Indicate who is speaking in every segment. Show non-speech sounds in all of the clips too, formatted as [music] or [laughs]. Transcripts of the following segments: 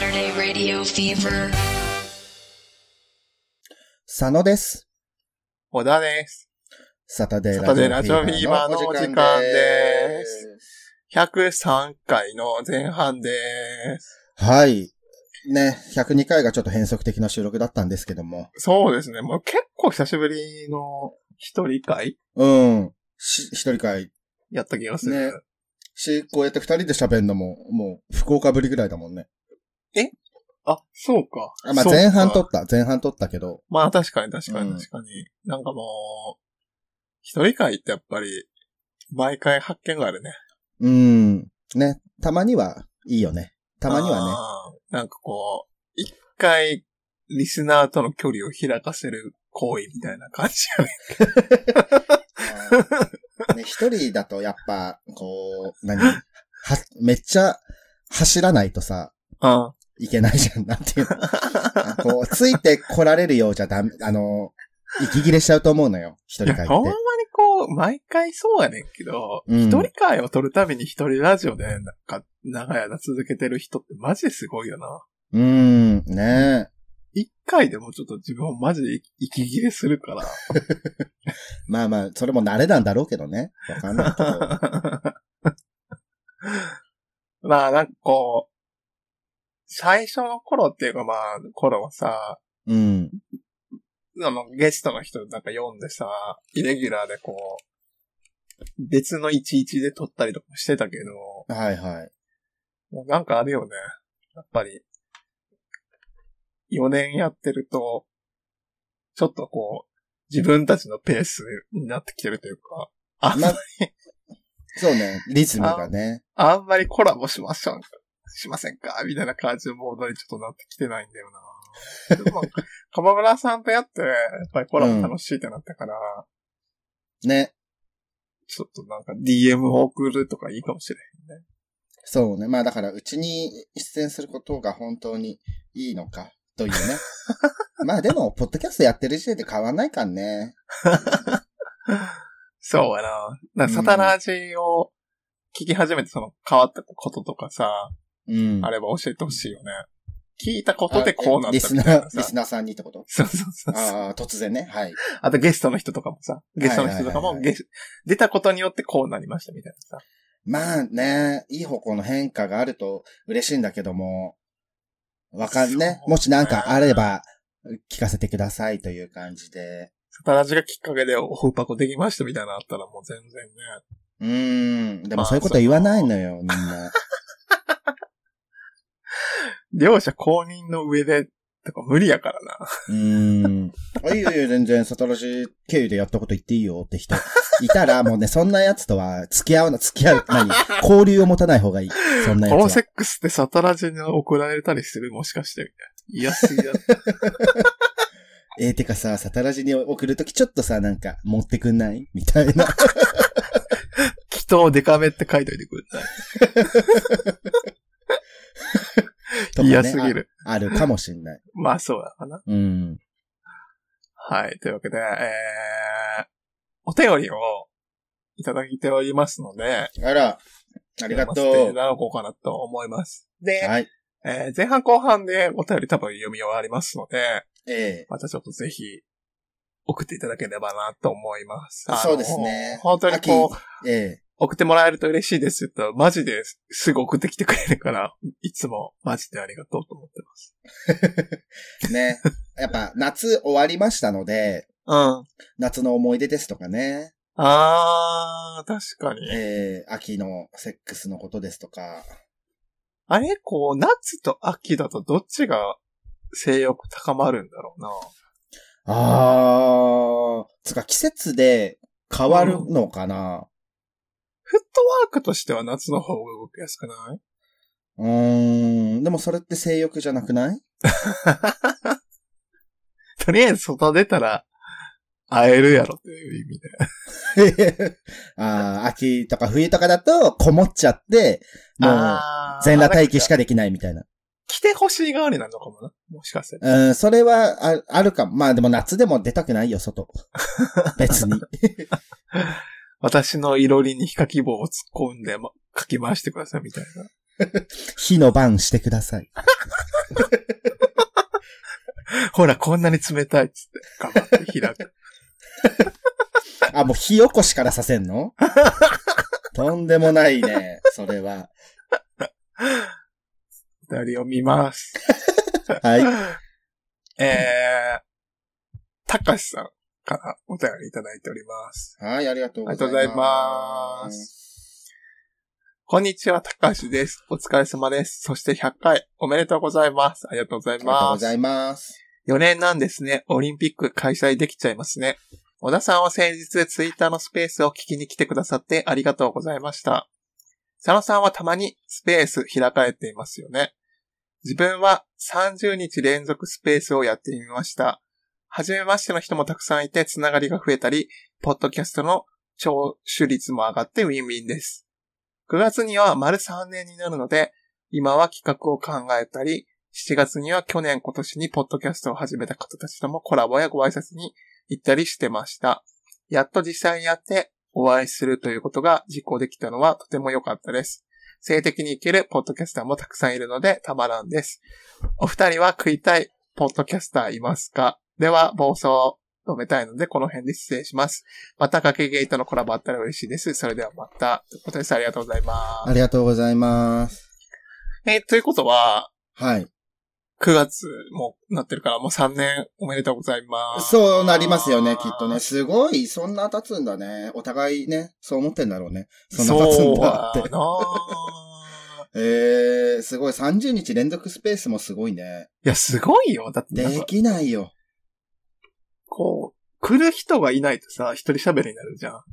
Speaker 1: Radio Fever.
Speaker 2: 佐野です。
Speaker 3: 小田です。
Speaker 2: サタデー
Speaker 3: サタデー
Speaker 2: ラ
Speaker 3: ラ
Speaker 2: ジ
Speaker 3: ジ
Speaker 2: オ
Speaker 3: オ
Speaker 2: フ
Speaker 3: フ
Speaker 2: ィ
Speaker 3: ィ
Speaker 2: ー
Speaker 3: ー
Speaker 2: バ
Speaker 3: バ
Speaker 2: ー
Speaker 3: ー
Speaker 2: の
Speaker 3: の
Speaker 2: お
Speaker 3: お
Speaker 2: 時
Speaker 3: 時
Speaker 2: 間
Speaker 3: 間
Speaker 2: で
Speaker 3: ですす。103回の前半です。
Speaker 2: はい。ね、102回がちょっと変則的な収録だったんですけども。
Speaker 3: そうですね。もう結構久しぶりの一人会
Speaker 2: うん。し、一人会。
Speaker 3: やった気がす
Speaker 2: ね
Speaker 3: る。
Speaker 2: し、こうやって二人で喋るのも、もう、福岡ぶりぐらいだもんね。
Speaker 3: あ、そうか。
Speaker 2: あまあ
Speaker 3: そうか
Speaker 2: 前半撮った、前半撮ったけど。
Speaker 3: まあ確かに確か
Speaker 2: う
Speaker 3: に
Speaker 2: ん
Speaker 3: 確かに。なんかもう、一人会ってやっぱり、毎回発見があるね。
Speaker 2: うん。ね、たまには、いいよね。たまにはね。
Speaker 3: ね。なんかこう、一回、リスナーとの距離を開かせる行為みたいな感じよ
Speaker 2: [laughs]
Speaker 3: ね。
Speaker 2: うん [laughs] ね、一人だとやっぱ、こう、何は、めっちゃ、走らないとさ、
Speaker 3: うん。
Speaker 2: いけないじゃん、なんていうの。あこう、ついて来られるようじゃダメ、あの、息切れしちゃうと思うのよ、一
Speaker 3: い
Speaker 2: 人
Speaker 3: や、
Speaker 2: 会っ
Speaker 3: ほんま
Speaker 2: て
Speaker 3: に。こう、毎回そうやねんけど、
Speaker 2: うん
Speaker 3: 一人会を撮るたびに一人ラジオで、なんか、長い間続けてる人ってマジですごいよな。
Speaker 2: うーん、ねえ。
Speaker 3: 一回でもちょっと自分をマジで息切れするから。 [laughs]
Speaker 2: まあまあ、それも慣れなんだろうけどね。わかんないけど。
Speaker 3: まあ、なんかこう、最初の頃っていうかまあ、頃はさ、
Speaker 2: うん。
Speaker 3: あの、ゲストの人なんか読んでさ、イレギュラーでこう、別の11で撮ったりとかもしてたけど、
Speaker 2: はいはい。
Speaker 3: もうなんかあれよね。やっぱり、4年やってると、ちょっとこう、自分たちのペースになってきてるというか、あん
Speaker 2: ま
Speaker 3: ま
Speaker 2: あ、そうね、リズムがね。
Speaker 3: あんまりコラボしましょう、しませんかみたいな感じのモードにちょっとなってきてないんだよな。でも、鎌村さんとやって、やっぱりコラボ楽しいってなったから、
Speaker 2: ね。
Speaker 3: ちょっとなんか DM を送るとかいいかもしれ
Speaker 2: そうね。まあだから、うちに出演することが本当にいいのか、と
Speaker 3: [laughs]
Speaker 2: いうね。まあでも、ポッドキャストやってる時点で変わんないかんね。
Speaker 3: ん。そうやな。なんかサタラージを聞き始めてその変わったこととかさ、
Speaker 2: うん。
Speaker 3: あれば教えてほしいよね。聞いたことでこうな
Speaker 2: あ
Speaker 3: っ
Speaker 2: リ
Speaker 3: た
Speaker 2: ス
Speaker 3: み
Speaker 2: ナ
Speaker 3: たいな
Speaker 2: ー、
Speaker 3: さ
Speaker 2: リ。スナーさんにってこと
Speaker 3: そうそうそうそう。
Speaker 2: ああ、突然ね。はい。
Speaker 3: あとゲストの人とかもさ、ゲストの人と
Speaker 2: は
Speaker 3: か
Speaker 2: い
Speaker 3: も
Speaker 2: はいはい
Speaker 3: ゲス出たことによってこうなりましたみたいなさ。
Speaker 2: まあね、いい方向の変化があると嬉しいんだけども、わかんね。
Speaker 3: そう
Speaker 2: もしなんかあれば、聞かせてくださいという感じで。
Speaker 3: サタラジがきっかけでオフパコできましたみたいなのあったらもう全然
Speaker 2: うー
Speaker 3: ね。
Speaker 2: ん。でも
Speaker 3: まあ
Speaker 2: そういうこと言わないのよ、みんな。
Speaker 3: 両者公認の上でとか無理やからな。
Speaker 2: うーん。あいいよいいよ、全然、サトラジ経由でやったこと言っていいよって人、いたら、もうね、そんな奴とは付き合うな、付き合う、何交流を持たない方がいい。そんな
Speaker 3: この
Speaker 2: 奴
Speaker 3: セ
Speaker 2: は。
Speaker 3: ックスってサタラジに送られたりするもしかして。いや、すぎや。
Speaker 2: えー、てかさ、サトラジに送るときちょっとさ、なんか、持ってくんないみたいな。
Speaker 3: 祈祷デカめって書いといてくれた
Speaker 2: とかね
Speaker 3: 嫌すぎる。
Speaker 2: ああるかもしんない。
Speaker 3: まあそうやかな。
Speaker 2: うん。
Speaker 3: はい。というわけで、えー、お便りをいただいておりますので、
Speaker 2: あら、あ
Speaker 3: あ
Speaker 2: りがと
Speaker 3: いた
Speaker 2: う。
Speaker 3: だこうかなと思います。で、
Speaker 2: はい。
Speaker 3: えー前半後半でお便り多分読み終わりますので、
Speaker 2: ええ
Speaker 3: またちょっとぜひ、送っていただければなと思います。あの
Speaker 2: そうですね。
Speaker 3: 本当にこう、
Speaker 2: う。え
Speaker 3: 送ってもらえると嬉しいですって言ったら、マジですぐ送ってきてくれるから、いつもマジでありがとうと思ってます。
Speaker 2: えね。 [laughs] やっぱ、夏終わりましたので、
Speaker 3: うん。
Speaker 2: 夏の思い出ですとかね。
Speaker 3: あー、確かに。
Speaker 2: ええ秋のセックスのことですとか。
Speaker 3: あれこう、夏と秋だとどっちが性欲高まるんだろうな。
Speaker 2: あー。つか、季節で変わるのかな。
Speaker 3: フットワークとしては夏の方が動きやすくないう
Speaker 2: ーん。でもそれって性欲じゃなくない [laughs]
Speaker 3: とりあえず外出たら会えるやろっていう意味で。
Speaker 2: あー秋とか冬とかだとこもっちゃって、もう
Speaker 3: あー
Speaker 2: 全裸待機しか
Speaker 3: なん
Speaker 2: できないみたいな。
Speaker 3: 来てほしい側になるのかもな。もしかして。
Speaker 2: うん、それはあ、あるかも。まあでも夏でも出たくないよ、 [laughs] 外。別に。
Speaker 3: 私のいろりに火かき棒を突っ込んで、ま、かき回してくださいみたいな。
Speaker 2: 火の番してください。
Speaker 3: ほら、こんなに冷たいっつって、頑張って開く。
Speaker 2: あ、もう火起こしからさせん [laughs] のとんでもないね、それは。
Speaker 3: 二人を見ます。
Speaker 2: はい。
Speaker 3: [laughs] えー、たかしさんからお便りいただいております。
Speaker 2: はい、ありがとうございます。
Speaker 3: ありがとうございます。こんにちは、たかしです。お疲れ様です。そして100回、おめでとうございます。ありがとうござい
Speaker 2: ありがとう
Speaker 3: ま
Speaker 2: ご
Speaker 3: す
Speaker 2: ざ。います。
Speaker 3: 4年なんですね。オリンピック開催できちゃいますね。小田さんは先日ツイッターのスペースを聞きに来てくださってありがとうございました。佐野さんはたまにスペース開かれていますよね。自分は30日連続スペースをやってみました。初めましての人もたくさんいてつながりが増えたり、ポッドキャストの聴取率も上がってウィンウィンです。9月には丸3年になるので、今は企画を考えたり、7月には去年今年にポッドキャストを始めた方たちともコラボやご挨拶に行ったりしてました。やっと実際にやってお会いするということが実行できたのはとても良かったです。性的に生きるポッドキャスターもたくさんいるのでたまらんです。お二人は食いたいポッドキャスターいますかでは、暴走を止めたいのでこの辺で失礼します。また掛けゲートのコラボあったら嬉しいです。それではまた。ということです。ありがとうございま
Speaker 2: ありがとうございます。
Speaker 3: す。えーということは、
Speaker 2: はい。
Speaker 3: 9月もなってるから、もう3年おめでとうございます。
Speaker 2: そうなりますよね、きっとね。すごい、そんな経つんだね。お互いね、そう思ってんだろうね。そんな経つんだって
Speaker 3: そう。だなあ
Speaker 2: えー、すごい。30日連続スペースもすごいね。
Speaker 3: いや、すごいよ。だって
Speaker 2: で
Speaker 3: なんか、
Speaker 2: きないよ。
Speaker 3: こう、来る人がいないとさ、一人喋りになるじゃ
Speaker 2: あ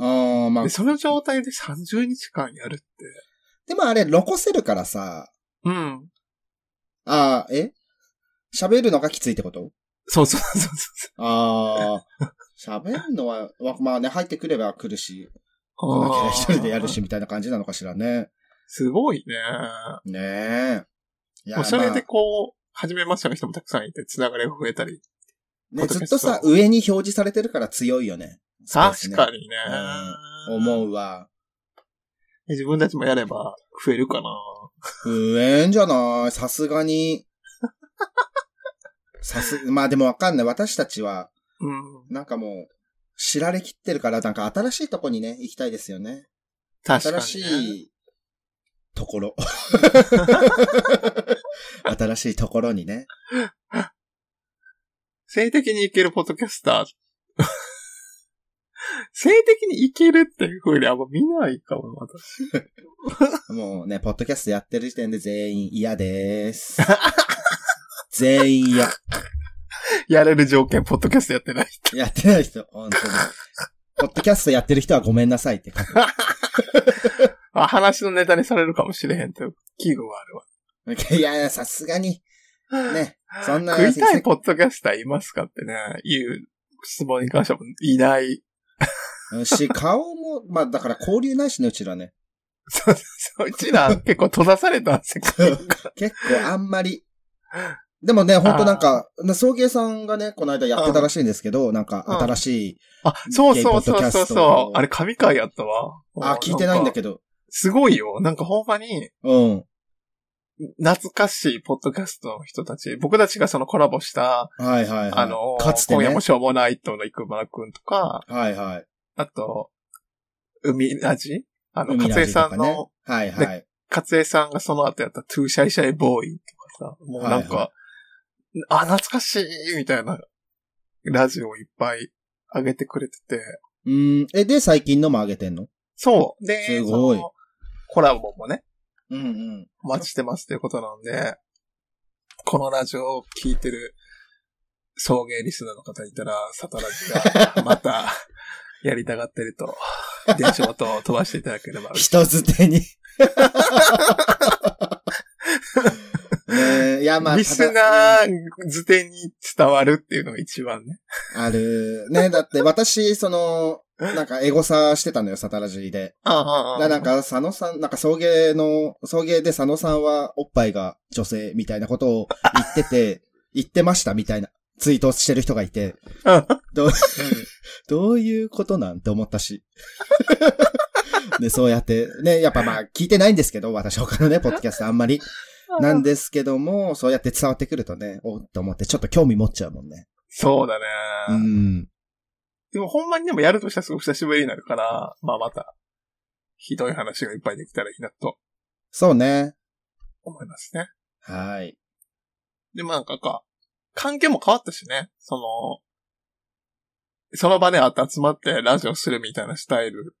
Speaker 2: ーま
Speaker 3: ん。
Speaker 2: あ
Speaker 3: で、、その状態で30日間やるって。
Speaker 2: でもあれ、残せるからさ、
Speaker 3: うん。
Speaker 2: あーえ喋るのがきついってこと
Speaker 3: そうそ
Speaker 2: [laughs]
Speaker 3: うそうそうそ
Speaker 2: ああ、 [laughs] 喋るのは、わまあね、入ってくれば来るし、
Speaker 3: う。
Speaker 2: こんだけ
Speaker 3: あー
Speaker 2: 一人でやる。し、みたいな感じなのかしらね。
Speaker 3: すごいね。
Speaker 2: ねえ。いや
Speaker 3: もうそれ
Speaker 2: まあ
Speaker 3: でこう、初めましての人もたくさんいて、つながりが増えたり。
Speaker 2: ね、ずっとさ、上に表示されてるから強いよね。
Speaker 3: 確かにね。
Speaker 2: に思うわ。
Speaker 3: 自分たちもやれば増えるかな。
Speaker 2: 増えんじゃないさすがに。 [laughs] さす、まあでもわかんない。私たちは、
Speaker 3: うん。
Speaker 2: なんかもう、知られきってるから、なんか新しいとこにね、行きたいですよね。
Speaker 3: 確かに、
Speaker 2: 新
Speaker 3: ね。
Speaker 2: しいとこ
Speaker 3: [laughs]
Speaker 2: ろ。新しいところにね。
Speaker 3: 性的にいけるポッドキャスター。 [laughs] 性的にいけるっていう風にあんま見ないかも、私。
Speaker 2: もうね、ポッドキャストやってる時点で全員嫌でー
Speaker 3: [laughs]
Speaker 2: す。全員嫌。
Speaker 3: やれる条件、ポッドキャストやってない人。
Speaker 2: やってない人、本当に。ポッドキャストやってる人はごめんなさいって
Speaker 3: [laughs]
Speaker 2: 書く。
Speaker 3: あ、話のネタにされるかもしれへんという危惧はあるわ。
Speaker 2: いやいや、さすがに。ね。そんな
Speaker 3: 食いたいポッドキャスターいますかってね、いう質問に関してもいない。
Speaker 2: し、顔も、まあだから交流ないしね、うちらね。
Speaker 3: そうそう、うちら結構閉ざされた世界観。
Speaker 2: [laughs] 結構あんまり。でもね、ほんとなんか、な送迎さんがね、この間やってたらしいんですけど、なんか新しい、
Speaker 3: あ、そうそ
Speaker 2: ゲイ
Speaker 3: うそう
Speaker 2: ポッドキ
Speaker 3: そ
Speaker 2: ャ
Speaker 3: う
Speaker 2: スト
Speaker 3: そ
Speaker 2: を
Speaker 3: う。あれ、神回やったわ。
Speaker 2: あ、聞いてないんだ
Speaker 3: ど。
Speaker 2: けど。
Speaker 3: すごいよ。なんかほんまに、
Speaker 2: うん。
Speaker 3: 懐かしいポッドキャストの人たち、僕たちがそのコラボした、
Speaker 2: はいはいはい。
Speaker 3: あのー、
Speaker 2: かつて
Speaker 3: 今夜
Speaker 2: ね
Speaker 3: も。しょうもないとの生村くんとか、
Speaker 2: はいはい。
Speaker 3: あと、海ラジあの、
Speaker 2: 海
Speaker 3: 勝
Speaker 2: ラ
Speaker 3: 江
Speaker 2: ジと
Speaker 3: さん
Speaker 2: かね
Speaker 3: の、。
Speaker 2: はいはい。
Speaker 3: 勝江さんがその後やったトゥーシャイシャイボーイとかさ、もうなんか、
Speaker 2: は
Speaker 3: あ、懐かしいみたいな、ラジオをいっぱい上げてくれてて、
Speaker 2: うん。え、で、最近のも上げてんの
Speaker 3: そう。で、
Speaker 2: すごい
Speaker 3: そのコラボもね、
Speaker 2: うんうん。
Speaker 3: お待ちしてますということなんで、このラジオを聞いてる送迎リスナーの方いたら、サタラジがま
Speaker 2: [laughs]
Speaker 3: たやりたがってると、電車と飛ばしていただければ嬉しい。
Speaker 2: 人捨てに。ねえいや、まあ、
Speaker 3: リスナー図手に伝わるっていうのが一番ね。
Speaker 2: ある。ね、だって私、その、なんかエゴサしてたのよ、サタラジーで。
Speaker 3: あ
Speaker 2: だ
Speaker 3: あ
Speaker 2: からなん、か、佐野さん、なんか送迎の、送迎で佐野さんはおっぱいが女性みたいなことを言って [laughs] て、言ってましたみたいなツイートをしてる人がいて、どう、 [laughs] どういうことなんて思ったし。 [laughs] で、そうやって、ね、やっぱまあ聞いてないんですけど、私他のね、ポッドキャストあんまり。なんですけども、そうやって伝わってくるとね、おっと思って、ちょっと興味持っちゃうもんね。
Speaker 3: そうだ
Speaker 2: う
Speaker 3: ね。
Speaker 2: ん。
Speaker 3: でもほんまにでもやるとしたらすごく久しぶりになるから、まあまた、ひどい話がいっぱいできたらいいなと
Speaker 2: そうね。
Speaker 3: 思いますね。
Speaker 2: はい。
Speaker 3: で、まあなんかか、関係も変わったしね。その、その場で会って集まってラジオするみたいなスタイル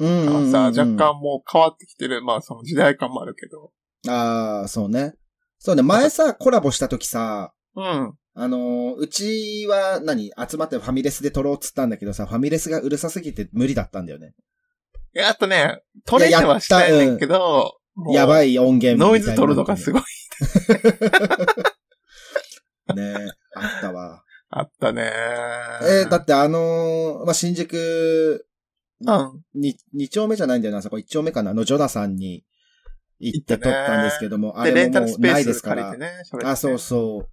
Speaker 2: うん
Speaker 3: が
Speaker 2: うんうんうん。
Speaker 3: さ、若干もう変わってきてる。まあその時代感もあるけど。
Speaker 2: ああ、そうね。そうね、前さ、コラボした時さ、
Speaker 3: うん。
Speaker 2: あのーうちは何、集まってファミレスで撮ろうっつったんだけどさ、ファミレスがうるさすぎて無理だったんだよね。
Speaker 3: やっとね、取れてはしたいねんけど、もう
Speaker 2: やばい音源みたいな
Speaker 3: ノイズ取るのがすごい。
Speaker 2: ねあったわ。
Speaker 3: あったね
Speaker 2: えーだってあのーまあ、新宿
Speaker 3: うん。
Speaker 2: に、二丁目じゃないんだよな、そこ一丁目かな、あのジョナさんに行って撮ったんですけども、あ
Speaker 3: で、レ
Speaker 2: れ
Speaker 3: ンタ
Speaker 2: も
Speaker 3: ル
Speaker 2: も
Speaker 3: ス
Speaker 2: う
Speaker 3: ペ
Speaker 2: ない
Speaker 3: ー
Speaker 2: で
Speaker 3: ス
Speaker 2: すか
Speaker 3: 借り
Speaker 2: ら
Speaker 3: て。ね、喋って、ね。
Speaker 2: あ、そうそ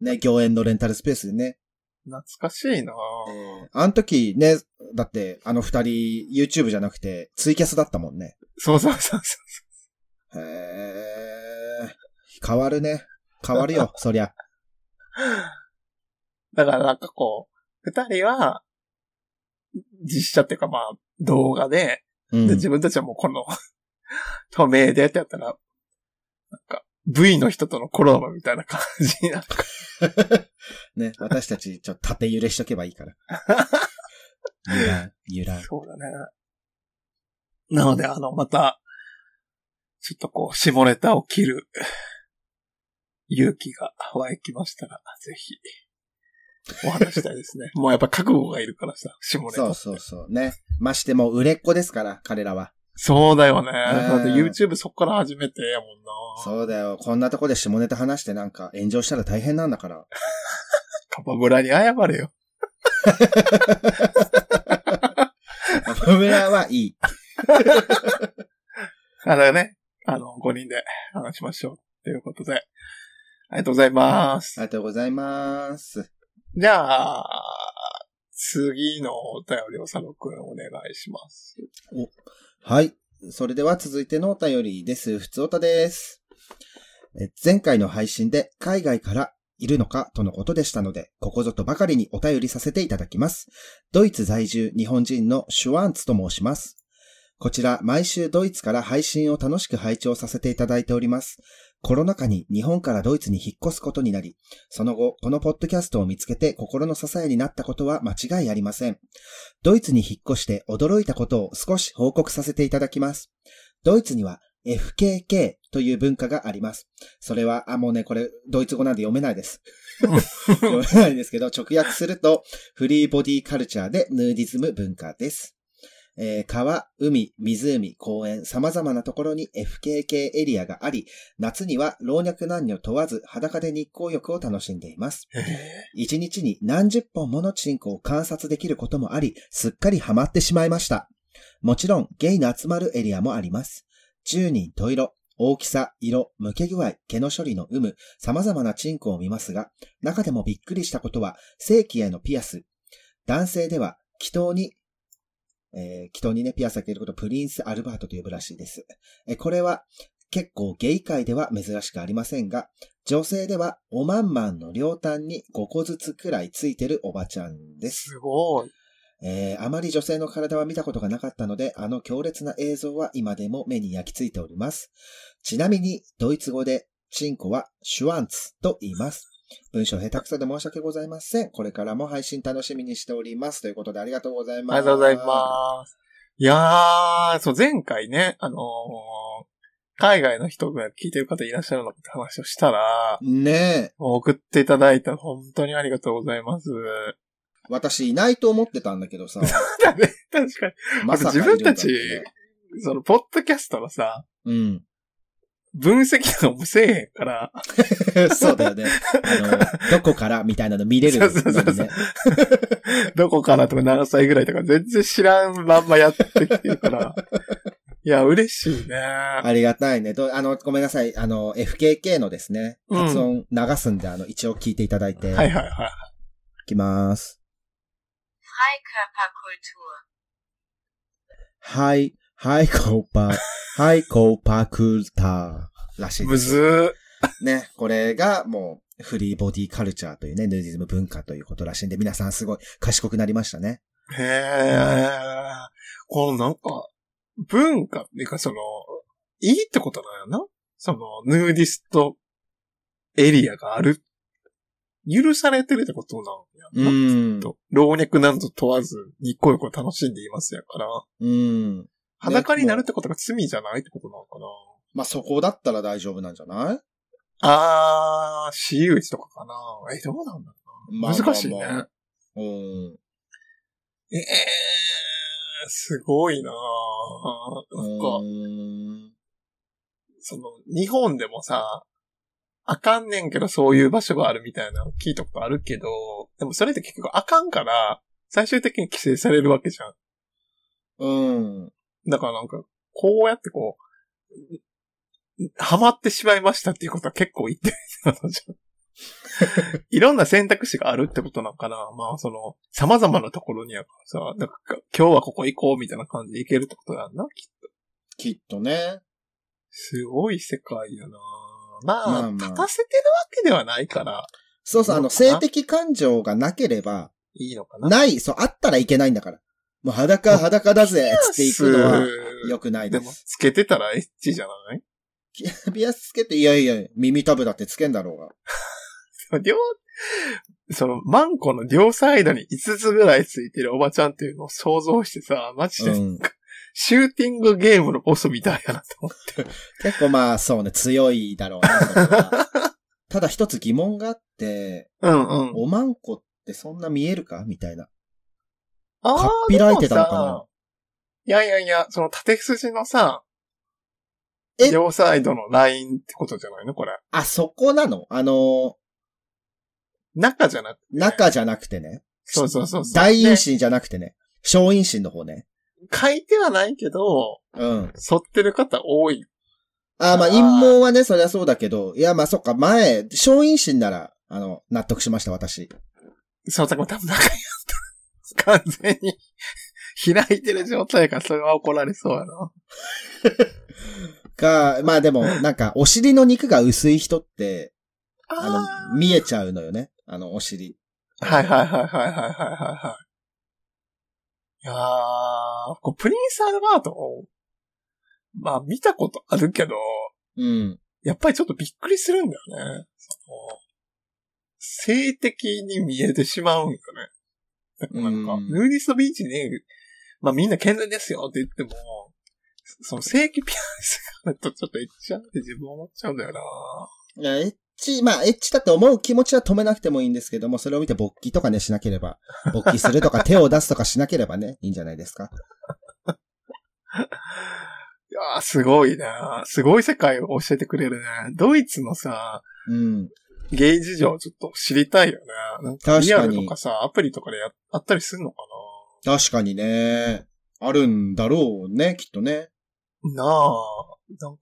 Speaker 2: う。ね、行園のレンタルスペースでね。
Speaker 3: 懐かしいな
Speaker 2: あの時ね、だってあの二人 YouTube じゃなくてツイキャスだったもんね。
Speaker 3: そうそうそうそ
Speaker 2: へえ。変わるね。変わる
Speaker 3: [laughs]
Speaker 2: よ、そりゃ。
Speaker 3: う。だからなんかこう、二人は、実写っていうかまあ、動画で、
Speaker 2: う
Speaker 3: で
Speaker 2: ん。
Speaker 3: 自分たちはもうこの、 [laughs] 透明でってやったら、なんか、V の人とのコラボみたいな感じになる。
Speaker 2: [laughs] ね、私たちちょっと縦揺れしとけばいい
Speaker 3: [laughs]
Speaker 2: から。揺らん、揺らん。
Speaker 3: そうだね。なので、あの、また、ちょっとこう、下ネタを切る、勇気が湧きましたら、ぜひ、お話したいで
Speaker 2: [laughs]
Speaker 3: すね。もうやっぱ覚悟がいるからさ、下ネタ。
Speaker 2: そうそうそう。ね。ましてもう売れっ子ですから、彼らは。
Speaker 3: そうだよね。だって
Speaker 2: うん
Speaker 3: YouTube そこから始めてやもんな。
Speaker 2: そうだよ。こんなとこで下ネタ話してなんか炎上したら大変なんだから。 [laughs]
Speaker 3: カパブラに謝れよ。
Speaker 2: アパブラはいい。
Speaker 3: [laughs] あれね、あの、5人で話しましょう。ということで、ありがとうございます
Speaker 2: あ。りがとうございます。
Speaker 3: じゃあ、次のお便りを佐野くんお願いします。
Speaker 2: はい。それでは続いてのお便りです。ふつおたです。え前回の配信で海外からいるのかとのことでしたので、ここぞとばかりにお便りさせていただきます。ドイツ在住日本人のシュワンツと申します。こちら、毎週ドイツから配信を楽しく拝聴させていただいております。コロナ禍に日本からドイツに引っ越すことになり、その後、このポッドキャストを見つけて心の支えになったことは間違いありません。ドイツに引っ越して驚いたことを少し報告させていただきます。ドイツには FKK という文化があります。それは、あ、もうね、これ、ドイツ語なんで読めないです。読めないんですけど、直訳すると、フリーボディカルチャーでヌーディズム文化です。えー川、海、湖、公園、様々なところに FKK エリアがあり、夏には老若男女問わず裸で日光浴を楽しんでいます。一日に何十本ものチンコを観察できることもあり、すっかりハマってしまいました。もちろん、ゲイの集まるエリアもあります。10人十色、大きさ、色、向け具合、毛の処理の有無、様々なチンコを見ますが、中でもびっくりしたことは、正規へのピアス。男性では、祈祷に、えー祈祷にね、ピアス開けることをプリンス・アルバートと呼ぶらしいです。えーこれは、結構ゲイ界では珍しくありませんが、女性ではおまんまんの両端に5個ずつくらいついてるおばちゃんです。
Speaker 3: すごい。
Speaker 2: えーあまり女性の体は見たことがなかったので、あの強烈な映像は今でも目に焼き付いております。ちなみに、ドイツ語で、チンコはシュワンツと言います。文章下手くそで申し訳ございません。これからも配信楽しみにしております。ということでありがとうござい
Speaker 3: あ
Speaker 2: ます。
Speaker 3: りがとうございます。いやー、そう、前回ね、あのー海外の人が聞いてる方いらっしゃるのかって話をしたら、
Speaker 2: す。ねえ、
Speaker 3: もう送っていただいた本当にありがとうございます。
Speaker 2: 私いないと思ってたんだけど
Speaker 3: [laughs]
Speaker 2: さ、
Speaker 3: だね、 [laughs] 確か
Speaker 2: まさかいるんだって
Speaker 3: 自分たちに。その、ポッドキャストのさ、
Speaker 2: うん。 [laughs]
Speaker 3: 分析のもせえへんから、 [laughs]
Speaker 2: そうだよね。あの、どこからみたいなの見れるのにね。
Speaker 3: そうそうそうそうどこからとか何歳ぐらいとか全然知らんまんまやってきてるから。 [laughs] いや、嬉しいね。
Speaker 2: ありがたいね。どあの、ごめんなさい。あの、FKK のですね、
Speaker 3: うん
Speaker 2: 発音流すんで、あの、一応聞いていただいて、
Speaker 3: はい
Speaker 2: い
Speaker 3: はいはい。
Speaker 2: きます。
Speaker 1: Freikörperkultur.
Speaker 3: [laughs]
Speaker 2: はい、はい、コーパー、はい、コーパークルタらしいで
Speaker 3: む
Speaker 2: す。
Speaker 3: ず
Speaker 2: ね、これがもうフリーボディカルチャーというね、ヌーディズム文化ということらしいんで、皆さんすごい賢くなりましたね。
Speaker 3: ー。へえ。このなんか、文化っていうかその、いいってことだよな。その、ヌーディストエリアがある。許されてるってことなのやな。
Speaker 2: ん
Speaker 3: と老若男女問わず、一個一個楽しんでいますやから、
Speaker 2: うん。
Speaker 3: 裸になるってことが罪じゃないってことなのかな。
Speaker 2: まあ、そこだったら大丈夫なんじゃない
Speaker 3: あー、私有地とかかな。え、どうなんだろう
Speaker 2: まあ
Speaker 3: 難しいね。
Speaker 2: まあまあうん。
Speaker 3: ええー、すごいなぁなんか、
Speaker 2: うん
Speaker 3: その、日本でもさ、あかんねんけどそういう場所があるみたいなの聞いたことあるけど、でもそれって結局あかんから、最終的に規制されるわけじゃん。
Speaker 2: うん。
Speaker 3: だからなんか、こうやってこう、んハマってしまいましたっていうことは結構言ってる
Speaker 2: [laughs]
Speaker 3: のじゃん。いろんな選択肢があるってことなのかなまあその、様々なところにやからさ、なんか今日はここ行こうみたいな感じで行けるってことだな。
Speaker 2: きっとね。
Speaker 3: すごい世界やなまあ、
Speaker 2: まあまあ
Speaker 3: 立たせてるわけではないから、
Speaker 2: そうそう、あの、
Speaker 3: そうか
Speaker 2: 性的感情がなければ、
Speaker 3: いいのかな。
Speaker 2: ない、そう、あったらいけないんだから。もう裸、裸だぜつっていくのは、良くない
Speaker 3: で
Speaker 2: で
Speaker 3: も、
Speaker 2: す。
Speaker 3: つけてたらエッチじゃない
Speaker 2: ピアスつけて、いやいや、耳たぶだってつけんだろうが。
Speaker 3: でも両、その、マンコの両サイドに5つぐらいついてるおばちゃんっていうのを想像してさ、マジで、
Speaker 2: うん
Speaker 3: シューティングゲームのボスみたいやなと
Speaker 2: [laughs]
Speaker 3: 思って。
Speaker 2: 結構まあ、そうね、強いだろうなそれ
Speaker 3: [laughs]
Speaker 2: は。ただ一つ疑問があって、
Speaker 3: うんうん。
Speaker 2: おまんこってそんな見えるかみたいな。
Speaker 3: あ
Speaker 2: かっ
Speaker 3: ー
Speaker 2: ぴらいてたのか
Speaker 3: で
Speaker 2: な
Speaker 3: もさいやいやいや、その縦筋のさ、
Speaker 2: え
Speaker 3: 両サイドのラインってことじゃないのこれ。
Speaker 2: あ、そこなのあの、
Speaker 3: 中じゃなくて。
Speaker 2: 中じゃなくてね。
Speaker 3: そうそうそうそう。
Speaker 2: 大
Speaker 3: で
Speaker 2: 陰唇じゃなくてね。小陰唇の方ね。
Speaker 3: 書いてはないけど、
Speaker 2: うん。
Speaker 3: 剃ってる方多い。
Speaker 2: あーまあ
Speaker 3: あー
Speaker 2: 陰謀はね、そりゃそうだけど、いや、まあそっか、前、小陰唇なら、あの、納得しました、私。
Speaker 3: その作も多分中にあった。完全に [laughs] 開いてる状態からそれは怒られそうやな。
Speaker 2: が、まあでも、なんか、お尻の肉が薄い人って、あの、見えちゃうのよね。あの、お尻。
Speaker 3: あのはいはいはいはいはいはいはいはい。いやー、こうプリンス・アルバートをまあ見たことあるけど、
Speaker 2: うん。
Speaker 3: やっぱりちょっとびっくりするんだよね。その性的に見えてしまうんよね。だから [laughs] なんか、
Speaker 2: うん
Speaker 3: ヌーディストビーチに、まあみんな健全ですよって言っても、その正規ピアスがあるとちょっとエッチなんって自分思っちゃうんだよな。
Speaker 2: いやエッチ、まあ、エッチだって思う気持ちは止めなくてもいいんですけども、それを見て勃起とかね、しなければ、勃起すると
Speaker 3: [laughs]
Speaker 2: か手を出すとかしなければね、いいんじゃないですか。
Speaker 3: いやー、すごいなすごい世界を教えてくれるね。ドイツのさ、
Speaker 2: うん。
Speaker 3: ゲイ事情ちょっと知りたいよね。なん
Speaker 2: 確か
Speaker 3: か
Speaker 2: に
Speaker 3: リアルとかさ、アプリとかでやあったりするのか
Speaker 2: 確かにね、あるんだろうね、きっとね。
Speaker 3: ななあ、なんか、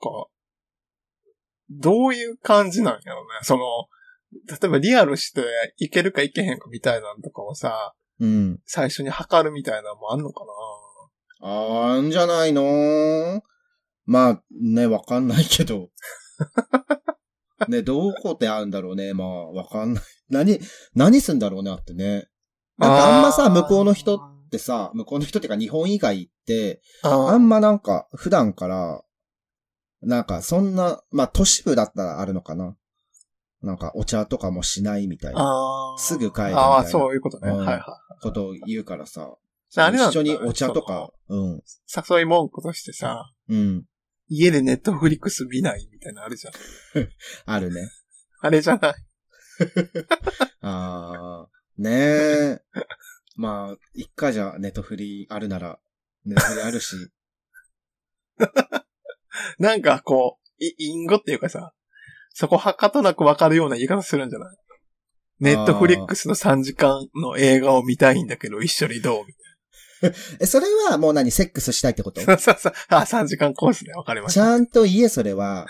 Speaker 3: どういう感じなんやろうね。その、例えばリアルしていけるかいけへんかみたいなのとかをさ、
Speaker 2: うん。
Speaker 3: 最初に測るみたいなのもあんのか
Speaker 2: あんじゃないのまあ、ね、わかんないけど。ね、どこであるんだろうね、まあ、わかんない。何、何すんだろうね、あってね。
Speaker 3: な
Speaker 2: なんかあんまさ、向こうの人ってさ、向こうの人っていうか日本以外って、あん
Speaker 3: ま、
Speaker 2: まなんか、普段から、なんか、そんな、まあ、都市部だったらあるのかな。なんか、お茶とかもしないみたいな
Speaker 3: あー
Speaker 2: すぐ帰るみたいな
Speaker 3: ああ、そういうことね。
Speaker 2: うん
Speaker 3: はいはい。
Speaker 2: ことを言うからさ。
Speaker 3: あれなんだ
Speaker 2: 一緒にお茶とか、うん。
Speaker 3: 誘い文句としてさ、
Speaker 2: うん。
Speaker 3: 家でネットフリックス見ないみたいなのあるじゃん。
Speaker 2: あるね。
Speaker 3: あれじゃない。
Speaker 2: あー、
Speaker 3: [laughs]
Speaker 2: ねえ。まあ、一回じゃネットフリあるなら、ネットフリあるし。
Speaker 3: なんかこう、い隠語っていうかさ、そこはかとなくわかるような言い方するんじゃないネットフリックスの3時間の映画を見たいんだけど一緒にどうみ
Speaker 2: え、それはもう何セックスしたいってこと
Speaker 3: たいな。そうそうそう。あ、3時間コースね。わかりまし
Speaker 2: ち
Speaker 3: た。
Speaker 2: ゃんと言え、それ
Speaker 3: [laughs]
Speaker 2: は。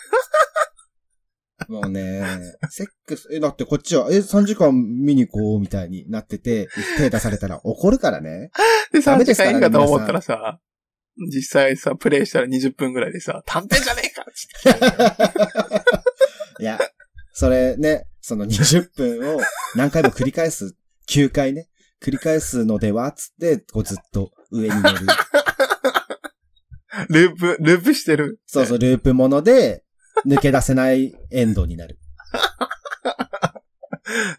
Speaker 2: もうね、セックス、え、だってこっちは、え、3時間見に行こう、みたいになってて、手出されたら怒るからね。
Speaker 3: で、
Speaker 2: ダメで
Speaker 3: 3時
Speaker 2: すから
Speaker 3: 間
Speaker 2: ね
Speaker 3: 映画と思ったらさ、実際さ、プレイしたら20分ぐらいでさ、短編じゃねえかっつって
Speaker 2: いや、それね、その20分を何回も繰り返す、9回ね、繰り返すのではつって、こうずっと上に乗る。
Speaker 3: ループ、ループしてる。
Speaker 2: そうそう、ループもので、抜け出せないエンドになる。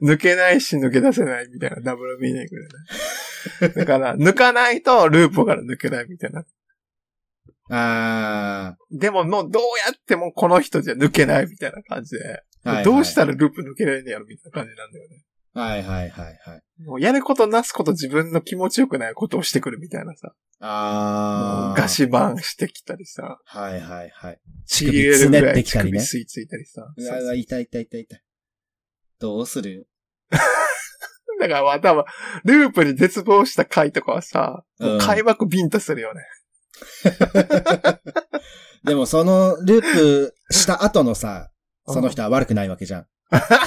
Speaker 3: 抜けないし抜け出せないみたいなダブルミーニングでね。だから、抜かないとループから抜けないみたいな。
Speaker 2: あ
Speaker 3: でももうどうやってもこの人じゃ抜けないみたいな感じで。
Speaker 2: ー。はいはい
Speaker 3: どうしたらループ抜けられんのやろみたいな感じなんだよね。
Speaker 2: はいはいはいはい。
Speaker 3: もうやることなすこと自分の気持ちよくないことをしてくるみたいなさ。
Speaker 2: あー。
Speaker 3: ガシバンしてきたりさ。
Speaker 2: はいはいはい。
Speaker 3: ちぎれるぐらい
Speaker 2: 乳
Speaker 3: 乳
Speaker 2: 首
Speaker 3: 首
Speaker 2: ね
Speaker 3: 吸い付いたりさ。
Speaker 2: うわうわ、痛い痛い痛い痛い。どうする
Speaker 3: だからまあ多分、ループに絶望した回とかはさ、もう開幕ビンタす
Speaker 2: [laughs]
Speaker 3: るよね。
Speaker 2: でもそのループした後のさ、その人は悪くないわけじゃん。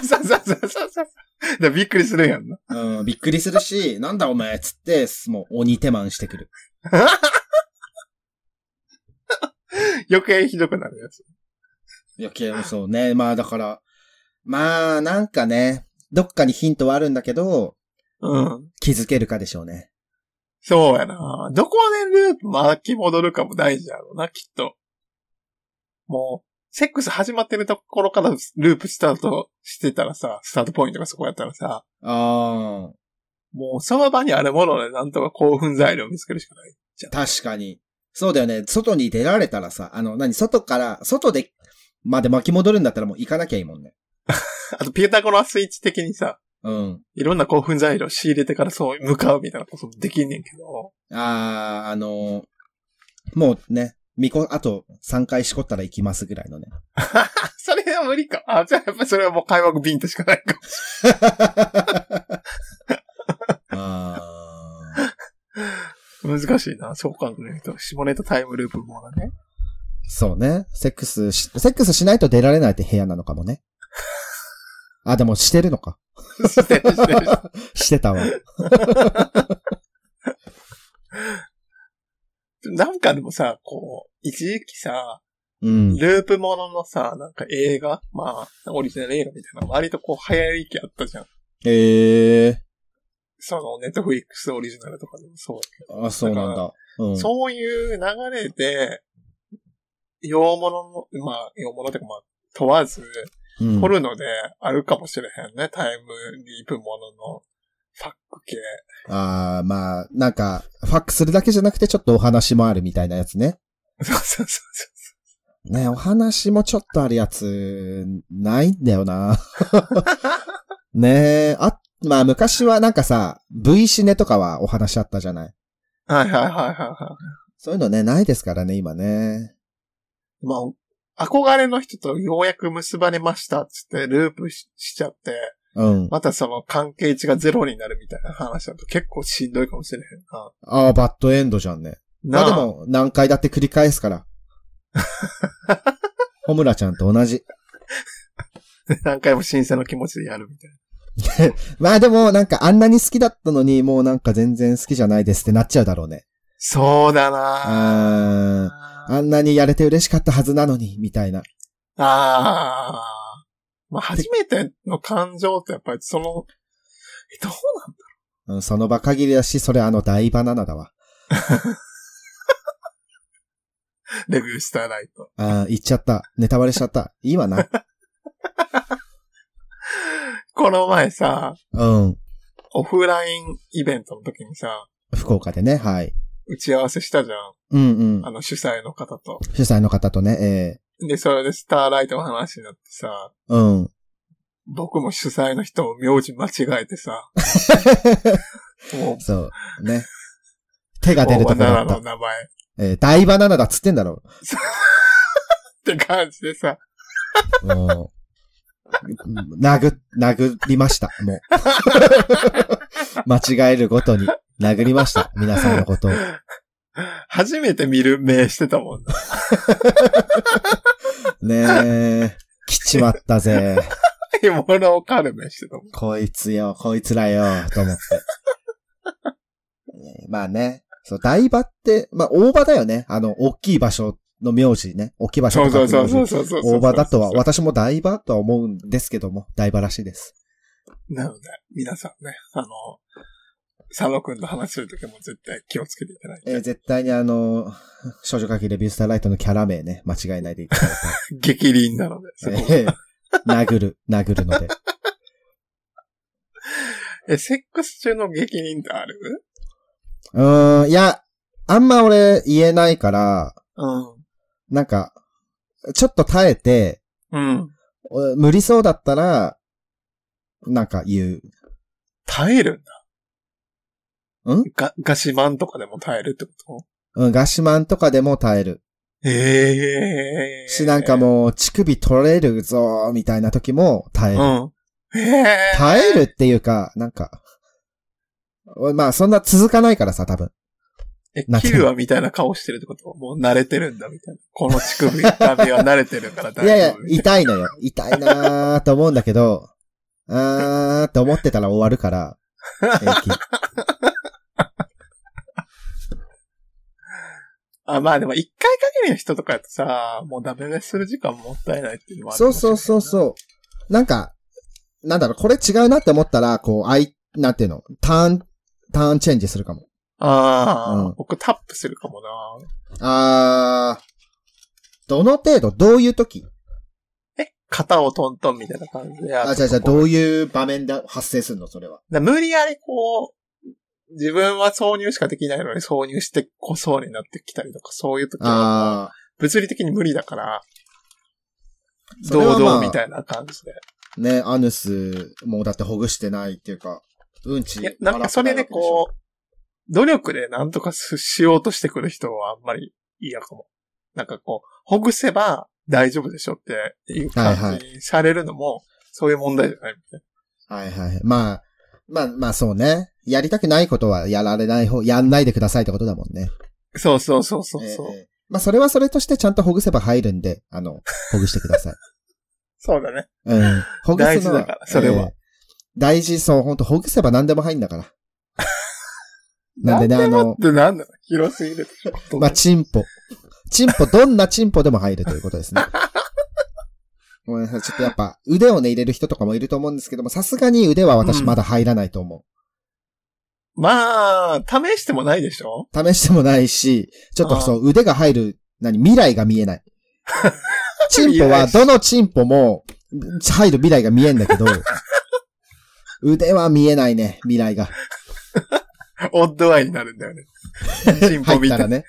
Speaker 3: そうそうそうそうそう。だからびっくりするやんな。
Speaker 2: うん、びっくりするし、 [laughs] なんだお前っつって、もう鬼手満してくる。
Speaker 3: 余計ひどくなるやつ。
Speaker 2: 余計もそうね。まあだから、まあなんかね、どっかにヒントはあるんだけど、
Speaker 3: うん。
Speaker 2: 気づけるかでしょうね。
Speaker 3: そうやな。どこでループ巻き戻るかも大事やろうな、きっと。もう、セックス始まってるところからループスタートしてたらさ、スタートポイントがそこやったらさ、
Speaker 2: ああ、
Speaker 3: もうその場にあるものでなんとか興奮材料を見つけるしかない。
Speaker 2: 確かに。そうだよね。外に出られたらさ、あの、何、外から、外で、まで巻き戻るんだったらもう行かなきゃいいもんね。
Speaker 3: あと、ピエタゴラスイッチ的にさ、
Speaker 2: うん。
Speaker 3: いろんな興奮材料仕入れてからそう向かうみたいなこともできんねんけど。
Speaker 2: ああ、あのーもうね、みこ、あと3回しこったら行きますぐらいのね。
Speaker 3: それは無理か。あ、じゃあやっぱりそれはもう開幕ビンタしかないか。
Speaker 2: あー
Speaker 3: 難しいな、そう考えると。下ネタタイムループもだね。
Speaker 2: そうね。セックスし、セックスしないと出られないって部屋なのかもね。あ、でもしてるのか。
Speaker 3: してるしてる
Speaker 2: してたわ。
Speaker 3: なんかでもさ、こう、一時期さ、
Speaker 2: うん。
Speaker 3: ループもののさ、なんか映画まあ、オリジナル映画みたいなの割とこう流行り気あったじゃん。
Speaker 2: ええ
Speaker 3: その、ネットフリックスオリジナルとかでもそうだけど。
Speaker 2: あ、そうなんだ。うん。
Speaker 3: そういう流れで、洋物の、まあ、洋物とかまあ、問わず、
Speaker 2: うん
Speaker 3: ポルノであるかもしれへんね。タイムリープものの、ファック系。
Speaker 2: ああ、まあ、なんか、ファックするだけじゃなくてちょっとお話もあるみたいなやつね。
Speaker 3: そうそうそうそう。
Speaker 2: ね、お話もちょっとあるやつ、ないんだよな。ねえ、あ、まあ昔はなんかさ、V シネとかはお話あったじゃない。
Speaker 3: はいはいはいはいは
Speaker 2: そういうのね、ないですからね、今ね。
Speaker 3: い。まあ、憧れの人とようやく結ばれましたっつってループししちゃって、
Speaker 2: うん。
Speaker 3: またその関係値がゼロになるみたいな話だと結構しんどいかもしれへんな。
Speaker 2: ああ、バッドエンドじゃんね。まあ
Speaker 3: な
Speaker 2: でも、何回だって繰り返すから。 [laughs] ホムラちゃんと同じ。
Speaker 3: あ [laughs] 何回も新鮮な気持ちでやるみたい
Speaker 2: まあでも、なんかあんなに好きだったのに、もうなんか全然好きじゃないですってなっちゃうだろうね。
Speaker 3: な。そうだな
Speaker 2: あー
Speaker 3: あ
Speaker 2: あんなにやれて嬉しかったはずなのに、みたいな。
Speaker 3: あー。まあ、初めての感情ってやっぱりその、えどう
Speaker 2: うん、その場限りだし、それあの大バナナだわ。
Speaker 3: なんレビューしたないと。
Speaker 2: ああ、言っちゃった。ネタバレしちゃった。いいわな。 [laughs]
Speaker 3: この前さ、
Speaker 2: うん。
Speaker 3: オフラインイベントの時にさ、
Speaker 2: 福岡でね、はい。
Speaker 3: 打ち合わせしたじゃん。
Speaker 2: うんうん
Speaker 3: あ。の主催の方と。
Speaker 2: 主催の方とね、
Speaker 3: で、それでスターライトの話になってさ、
Speaker 2: ええうん。
Speaker 3: 僕も主催の人を名字間違え
Speaker 2: [laughs]
Speaker 3: てさ、もう、
Speaker 2: そう。ね。手が出ると
Speaker 3: バ
Speaker 2: こだ
Speaker 3: ナナ
Speaker 2: っ
Speaker 3: の [laughs]
Speaker 2: た。
Speaker 3: 名前っ
Speaker 2: えー、大バナナだっつってんだろ。
Speaker 3: て感じでさ、
Speaker 2: もう。 [laughs] 殴、殴りました。もう。 [laughs] 間違えるごとに殴りました。皆さんのことを。
Speaker 3: 初めて見る目してたもんな。
Speaker 2: ねえ。来ちまったぜ。
Speaker 3: 獲物を狩る目してたもん。
Speaker 2: こいつよ、こいつらよ、と思って。まあね。そう、台場って、まあ、大場だよね。あの、大きい場所の名字ね。大きい場所
Speaker 3: そう
Speaker 2: とか
Speaker 3: そう
Speaker 2: って
Speaker 3: そうそ
Speaker 2: 名
Speaker 3: う
Speaker 2: 字
Speaker 3: そうそうそう。
Speaker 2: 大場だとは、
Speaker 3: わ
Speaker 2: 私も台場とは思うんですけども、台場らしいです。
Speaker 3: なので、皆さんね、あの、佐野くんと話するときも絶対気をつけていただい
Speaker 2: えー
Speaker 3: て、
Speaker 2: 絶対にあの、少女書きレビュースターライトのキャラ名ね、間違えないでいただい
Speaker 3: 激凛なので、そこ
Speaker 2: て。え
Speaker 3: [laughs]
Speaker 2: ー殴る、殴るので。
Speaker 3: え、セックス中の激凛ってある
Speaker 2: うーん、いや、あんま俺言えないから、
Speaker 3: うん。
Speaker 2: なんか、ちょっと耐えて、
Speaker 3: うん。
Speaker 2: お無理そうだったら、なんか言
Speaker 3: 耐えるんだ。
Speaker 2: ん
Speaker 3: ガ、ガシマンとかでも耐えるってこ
Speaker 2: う。うん、ガシマンとかでも耐える。
Speaker 3: とええー。
Speaker 2: し、なんかもう、乳首取れるぞーみたいな時も耐える。
Speaker 3: うん。ええー。
Speaker 2: 耐えるっていうか、なんか、おまあ、そんな続かないからさ、多分。
Speaker 3: え
Speaker 2: な、んて
Speaker 3: キ
Speaker 2: いうの
Speaker 3: ルはみたいな顔してるってこともう慣れてるんだみたいな。この乳首痛みは慣れてるから大丈夫。
Speaker 2: いやいや、痛いのよ。痛いなーと思うんだけど、あーと思ってたら終わるから、平気。
Speaker 3: あ、まあでも一回限りの人とかやとさ、もうダメ出しする時間もったいないっていうのもあるか
Speaker 2: そ
Speaker 3: も
Speaker 2: う
Speaker 3: しれ
Speaker 2: そ
Speaker 3: な
Speaker 2: う
Speaker 3: い
Speaker 2: そうそう。なんか、なんだろう、これ違うなって思ったら、こう、あい、なんていうの、ターン、ターンチェンジするかも。
Speaker 3: ああ、
Speaker 2: うん
Speaker 3: 僕タップするかもな。
Speaker 2: あー、どの程度、どういう時
Speaker 3: え、肩をトントンみたいな感じでや
Speaker 2: あ、
Speaker 3: る
Speaker 2: じゃあじゃあ、
Speaker 3: ここ
Speaker 2: どういう場面で発生するの、それは。
Speaker 3: だ無理やりこう、自分は挿入しかできないのに挿入してこそうになってきたりとか、そういう時は
Speaker 2: あ
Speaker 3: 物理的に無理だから、
Speaker 2: ー、それは
Speaker 3: 堂
Speaker 2: ま
Speaker 3: 々
Speaker 2: あ
Speaker 3: みたいな感じで。
Speaker 2: ね、アヌス、もうだってほぐしてないっていうか、うんち
Speaker 3: いや、なんかそれでこう、努力でなんとかすしようとしてくる人はあんまり嫌かも。なんかこう、ほぐせば大丈夫でしょっていう
Speaker 2: はい
Speaker 3: 感
Speaker 2: は
Speaker 3: じにされるのも、そういう問題じゃないみたい
Speaker 2: ら。はいはい。まあ、まあまあそうね。やりたくないことはやられない方、やんないでくださいってことだもんね。
Speaker 3: な。そうそうそうそうそう。
Speaker 2: ええまあ、それはそれとしてちゃんとほぐせば入るんで、あの、ほぐしてくだ
Speaker 3: [laughs]
Speaker 2: さい。
Speaker 3: そうだね。
Speaker 2: うん。ほぐすのは
Speaker 3: 大事だからそれは
Speaker 2: ええ大事、そう、ほんと、ほぐせば何でも入んだ
Speaker 3: [laughs]
Speaker 2: から。なんでね、あの、
Speaker 3: で、なんだ広すぎる。
Speaker 2: まあ、チンポ。チンポ、どんなチンポでも入るということ
Speaker 3: [laughs]
Speaker 2: ですね。ごめんなさい、ちょっとやっぱ、腕をね、入れる人とかもいると思うんですけども、さすがに腕は私まだ入らないと思う。
Speaker 3: まあ、試してもないでしょ
Speaker 2: 試してもないし、ちょっとそう、腕が入る、何、未来が見え
Speaker 3: [laughs]
Speaker 2: ない。チンポは、どのチンポも、入る未来が見えんだ
Speaker 3: [laughs]
Speaker 2: けど、腕は見えないね、未来が。
Speaker 3: オッドアイになるんだ [laughs] よね。チンポ
Speaker 2: 入
Speaker 3: 見
Speaker 2: った
Speaker 3: て
Speaker 2: ら。
Speaker 3: [laughs]
Speaker 2: ね。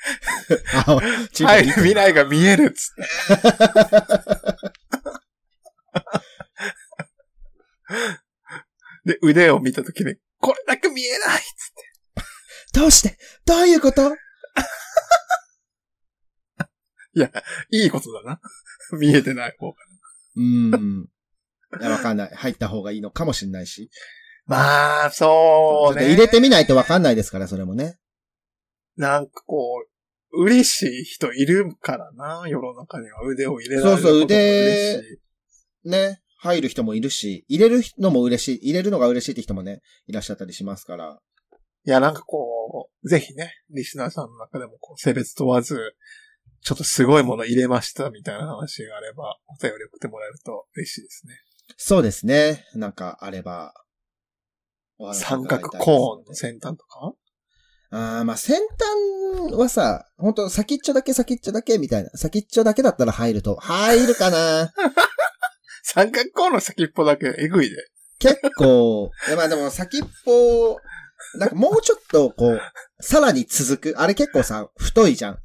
Speaker 2: あチンポ
Speaker 3: はい、
Speaker 2: 見て
Speaker 3: 未来が見えるっつって。 [laughs] で、腕を見たときに、これだけ見えないっつって。
Speaker 2: どうしてどういうこと
Speaker 3: いいことだな。見えてない方が。
Speaker 2: うーん。いや、わかんない。入った方がいいのかもしんないし。
Speaker 3: まあ、そ
Speaker 2: ちょ
Speaker 3: う
Speaker 2: っと
Speaker 3: ね。
Speaker 2: 入れてみないとわかんないですから、それもね。
Speaker 3: なんかこう、嬉しい人いるからな、世の中には。腕を入れられ
Speaker 2: そ
Speaker 3: る
Speaker 2: うそう
Speaker 3: ことが嬉しい。
Speaker 2: ね。入る人もいるし、入れるのも嬉しい、入れるのが嬉しいって人もね、いらっしゃったりしますから。
Speaker 3: いや、なんかこう、ぜひね、リスナーさんの中でもこう性別問わず、ちょっとすごいもの入れましたみたいな話があれば、お便り送ってもらえると嬉しいですね。
Speaker 2: そうですね。なんかあれば。お話伺い
Speaker 3: 三
Speaker 2: たい
Speaker 3: 角
Speaker 2: です
Speaker 3: コーンの先端とか
Speaker 2: ああ、まあ先端はさ、ほんと先っちょだけ先っちょだけみたいな。先っちょだけだったら入ると、入るかな [laughs]
Speaker 3: 三角コーンの先っぽだけえぐいで。
Speaker 2: 結構、いやまあでも先っぽ、なんかもうちょっとこう、さらに続く。あれ結構さ、太いじゃん。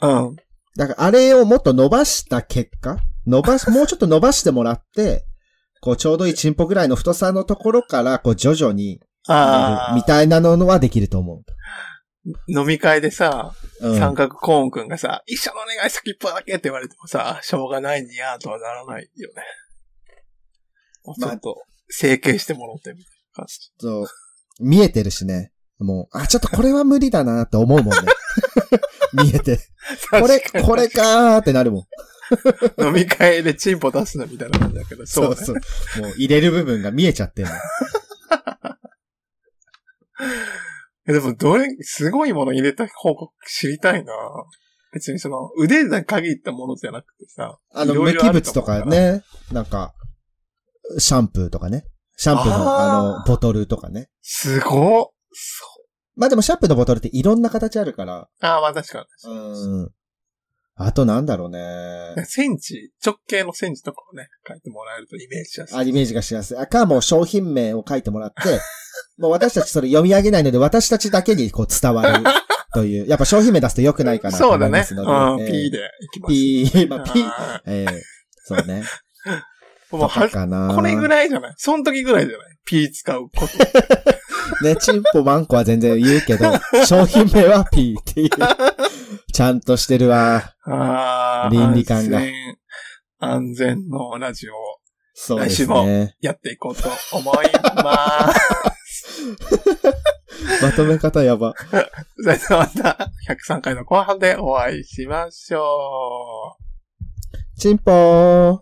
Speaker 3: うん。
Speaker 2: だからあれをもっと伸ばした結果、伸ばし、もうちょっと伸ばしてもらって、こうちょうどいいチンポぐらいの太さのところから、こう徐々に、
Speaker 3: あ
Speaker 2: みたいなのはできると思
Speaker 3: あ、飲み会でさ、
Speaker 2: う。うん、
Speaker 3: 三角コーンくんがさ、一緒のお願い先っぽだけって言われてもさ、しょうがないにやーとはならないよね。もうちょっと、整形してもらってみたいな感じ。
Speaker 2: そう、見えてるしね。もう、あ、ちょっとこれは無理だなって思うもん
Speaker 3: [laughs]
Speaker 2: ね。見えて。これ、
Speaker 3: 確かに
Speaker 2: これかーってなるもん。
Speaker 3: 飲み会でチンポ出すなみたいな感じだけど、そう,、ね、
Speaker 2: そうそう。もう入れる部分が見えちゃってるの。
Speaker 3: えでも、どれ、すごいもの入れた報告知りたいな別にその、腕に限ったものじゃなくてさ。
Speaker 2: あの、
Speaker 3: いろ
Speaker 2: 無
Speaker 3: いろ
Speaker 2: 機
Speaker 3: ある
Speaker 2: 物
Speaker 3: 思
Speaker 2: と
Speaker 3: うら
Speaker 2: か。ね、なんか、シャンプーとかね。シャンプーの
Speaker 3: あー
Speaker 2: あの、ボトルとかね。
Speaker 3: すごっそう。
Speaker 2: まあでもシャンプーのボトルっていろんな形あるから。
Speaker 3: ああ、まあ確かに。
Speaker 2: うん。あとなんだろうね。
Speaker 3: センチ、直径のセンチとかをね、書いてもらえるとイメージしやすい。
Speaker 2: あ、イメージがしやすい。あか、もう商品名を書いてもらって、
Speaker 3: [laughs]
Speaker 2: もう私たちそれ読み上げないので、私たちだけにこう伝わるという。やっぱ商品名出すと良くないかなと
Speaker 3: そう
Speaker 2: 思
Speaker 3: だ
Speaker 2: いま
Speaker 3: ね。
Speaker 2: す
Speaker 3: う
Speaker 2: の
Speaker 3: ん、
Speaker 2: で。
Speaker 3: P でいきま
Speaker 2: え
Speaker 3: す。
Speaker 2: ー。P、まあ P、
Speaker 3: あ
Speaker 2: えーそうね。
Speaker 3: ーもうは
Speaker 2: と、かな。
Speaker 3: これぐらいじゃないその時ぐらいじゃない ?P 使う
Speaker 2: [laughs]
Speaker 3: こと。
Speaker 2: ね、チンポマンコは全然言うけ
Speaker 3: [laughs]
Speaker 2: ど、商品名は P っていう。ちゃんとしてるわ。
Speaker 3: ああ、
Speaker 2: 倫理観が
Speaker 3: 安全、安全のラジオを
Speaker 2: そうです
Speaker 3: 来週も
Speaker 2: ね。
Speaker 3: やっていこうと思います。
Speaker 2: まとめ方やば。
Speaker 3: それではまた103回の後半でお会いしましょう。
Speaker 2: チンポー。